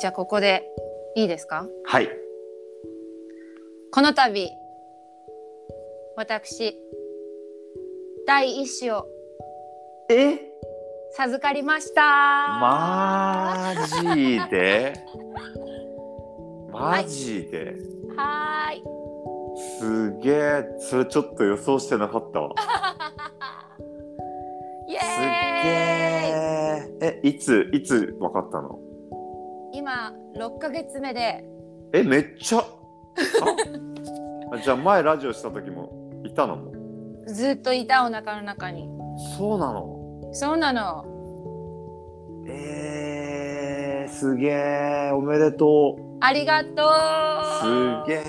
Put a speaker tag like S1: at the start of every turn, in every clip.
S1: じゃあここでいいですか
S2: はい。
S1: この度私第一子を
S2: え
S1: 授かりました
S2: マジ でマジで、
S1: はーい
S2: すげえそれちょっと予想してなかったわ
S1: イ
S2: すげ
S1: エーイ
S2: えいついつ分かったの
S1: 今6ヶ月目で
S2: えめっちゃああじゃあ前ラジオした時もいたのもう
S1: ずっといたお腹の中に
S2: そうなの
S1: そうなの
S2: えー、すげえおめでとう
S1: ありがとう
S2: すげえ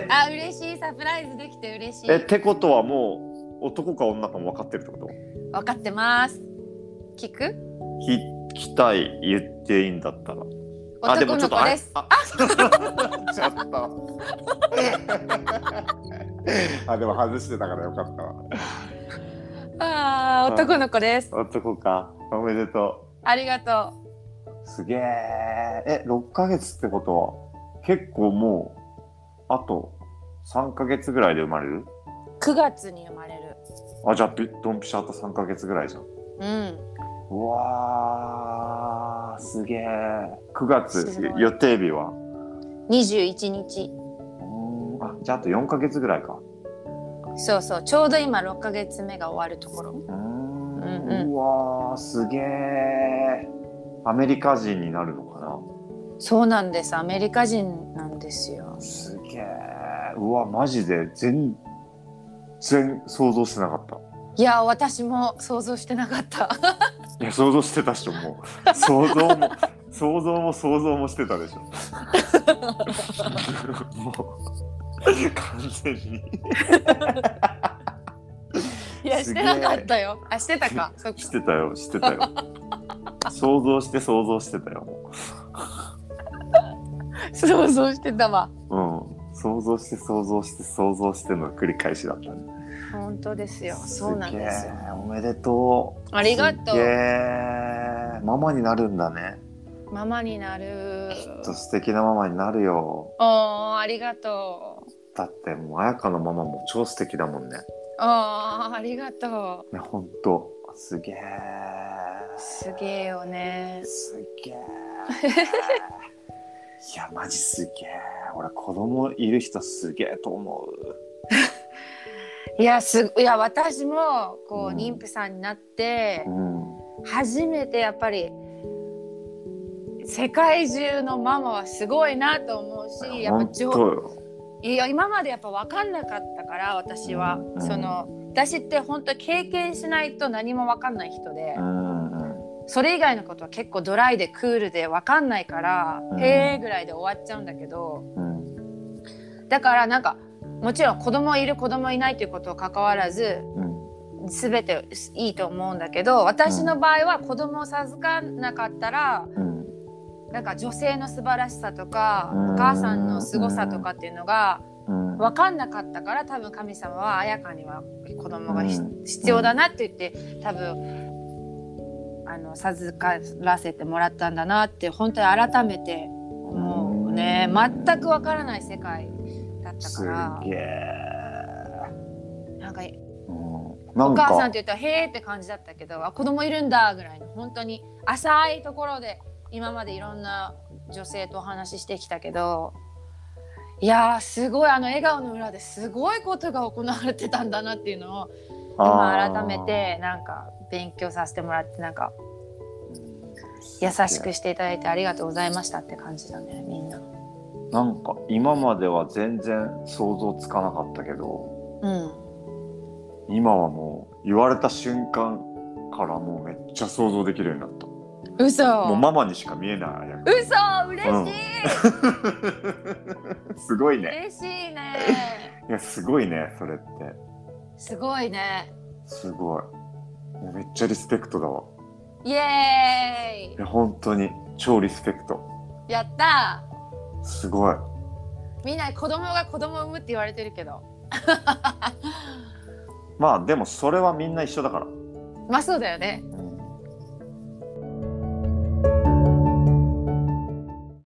S2: え
S1: あ嬉しいサプライズできて嬉しい
S2: えってことはもう男か女かも分かってるってこと
S1: 分かってます聞く
S2: 聞きたい言っていいんだったら
S1: 男の子です
S2: ああちょ っとあでも外してたからよかったわ
S1: ああー男の子です
S2: 男かおめでと
S1: ありがとう
S2: うすげええ6ヶ月ってことは結構もうあと3ヶ月ぐらいで生まれる
S1: 9月に生まれる
S2: あじゃあびドンピシャあと3ヶ月ぐらいじゃん
S1: うん
S2: うわーすげえ9月
S1: すごい
S2: 予定日は
S1: 21日
S2: うーんあじゃああと4ヶ月ぐらいか
S1: そうそうちょうど今6ヶ月目が終わるところ
S2: うーん
S1: うんうん
S2: うわーすげえアメリカ人になるのかな
S1: そうなんですアメリカ人なんですよ
S2: すげえうわマジで全然想像してなかった
S1: いや私も想像してなかった
S2: いや想像してた 人もう想像も想像も想像もしてた でしょもう完全に
S1: いやし
S2: す
S1: て
S2: げえ
S1: なかったよあしてた かそっか
S2: してたよしてたよ想像して想像してたよも
S1: 想像してたわ
S2: ううん想像して想像して想像しての繰り返しだったね
S1: 本当ですよそうなんですよ
S2: げえおめでとう。
S1: ありがとう
S2: すげえママになるんだね。
S1: ママになる
S2: きっと素敵なママになるよ。
S1: おーありがとう
S2: だってもう彩香のママも超素敵だもんね。
S1: おーありがと
S2: ね本当すげえ。
S1: うすげえよね
S2: すげえ。 いやマジすげえ。俺子供いる人すげえと思う。
S1: いやすいや私もこう、
S2: うん
S1: 妊婦さんになって
S2: うん。
S1: 初めてやっぱり世界中のママはすごいなと思うしやっぱ
S2: 本
S1: 上
S2: 当よ。
S1: いや今までやっぱ分かんなかったから私は、
S2: うん
S1: その私って本当経験しないと何も分かんない人で、
S2: うんうん。
S1: それ以外のことは結構ドライでクールで分かんないから、
S2: うん
S1: へえぐらいで終わっちゃうんだけど
S2: うん
S1: だからなんかもちろん子供いる子供いないということを関わらず
S2: うん
S1: 全ていいと思うんだけど私の場合は子供を授かんなかったら
S2: うん
S1: なんか女性の素晴らしさとか
S2: うん
S1: お母さんの凄さとかっていうのが
S2: うん。
S1: 分かんなかったから多分神様は綾香には子供がひ
S2: うん
S1: 必要だなって言って多分あの授からせてもらったんだなって本当に改めて思うね
S2: うん
S1: 全く分からない世界だった
S2: す
S1: から
S2: げえ。
S1: なんか
S2: うんなん
S1: お母さん
S2: か
S1: って言ったら「へえ」って感じだったけどあ「子供いるんだ」ぐらいの本当に浅いところで今までいろんな女性とお話ししてきたけどいやーすごいあの笑顔の裏ですごいことが行われてたんだなっていうのを今改めてなんか勉強させてもらってなんか優しくしていただいてありがとうございましたって感じだねみんな。
S2: なんか今までは全然想像つかなかったけど
S1: うん、
S2: 今はもう言われた瞬間からもうめっちゃ想像できるようになった
S1: 嘘
S2: もうママにしか見えな いや
S1: 嘘嬉しい、
S2: すごいね
S1: 嬉しいね
S2: いやすごいねそれって
S1: すごいね
S2: すごいもうめっちゃリスペクトだわ
S1: イエーイ
S2: いや本当に超リスペクト
S1: やった
S2: すごい
S1: ーみんな子供が子供を産むって言われてるけど
S2: まあでもそれはみんな一緒だから
S1: まあそうだよね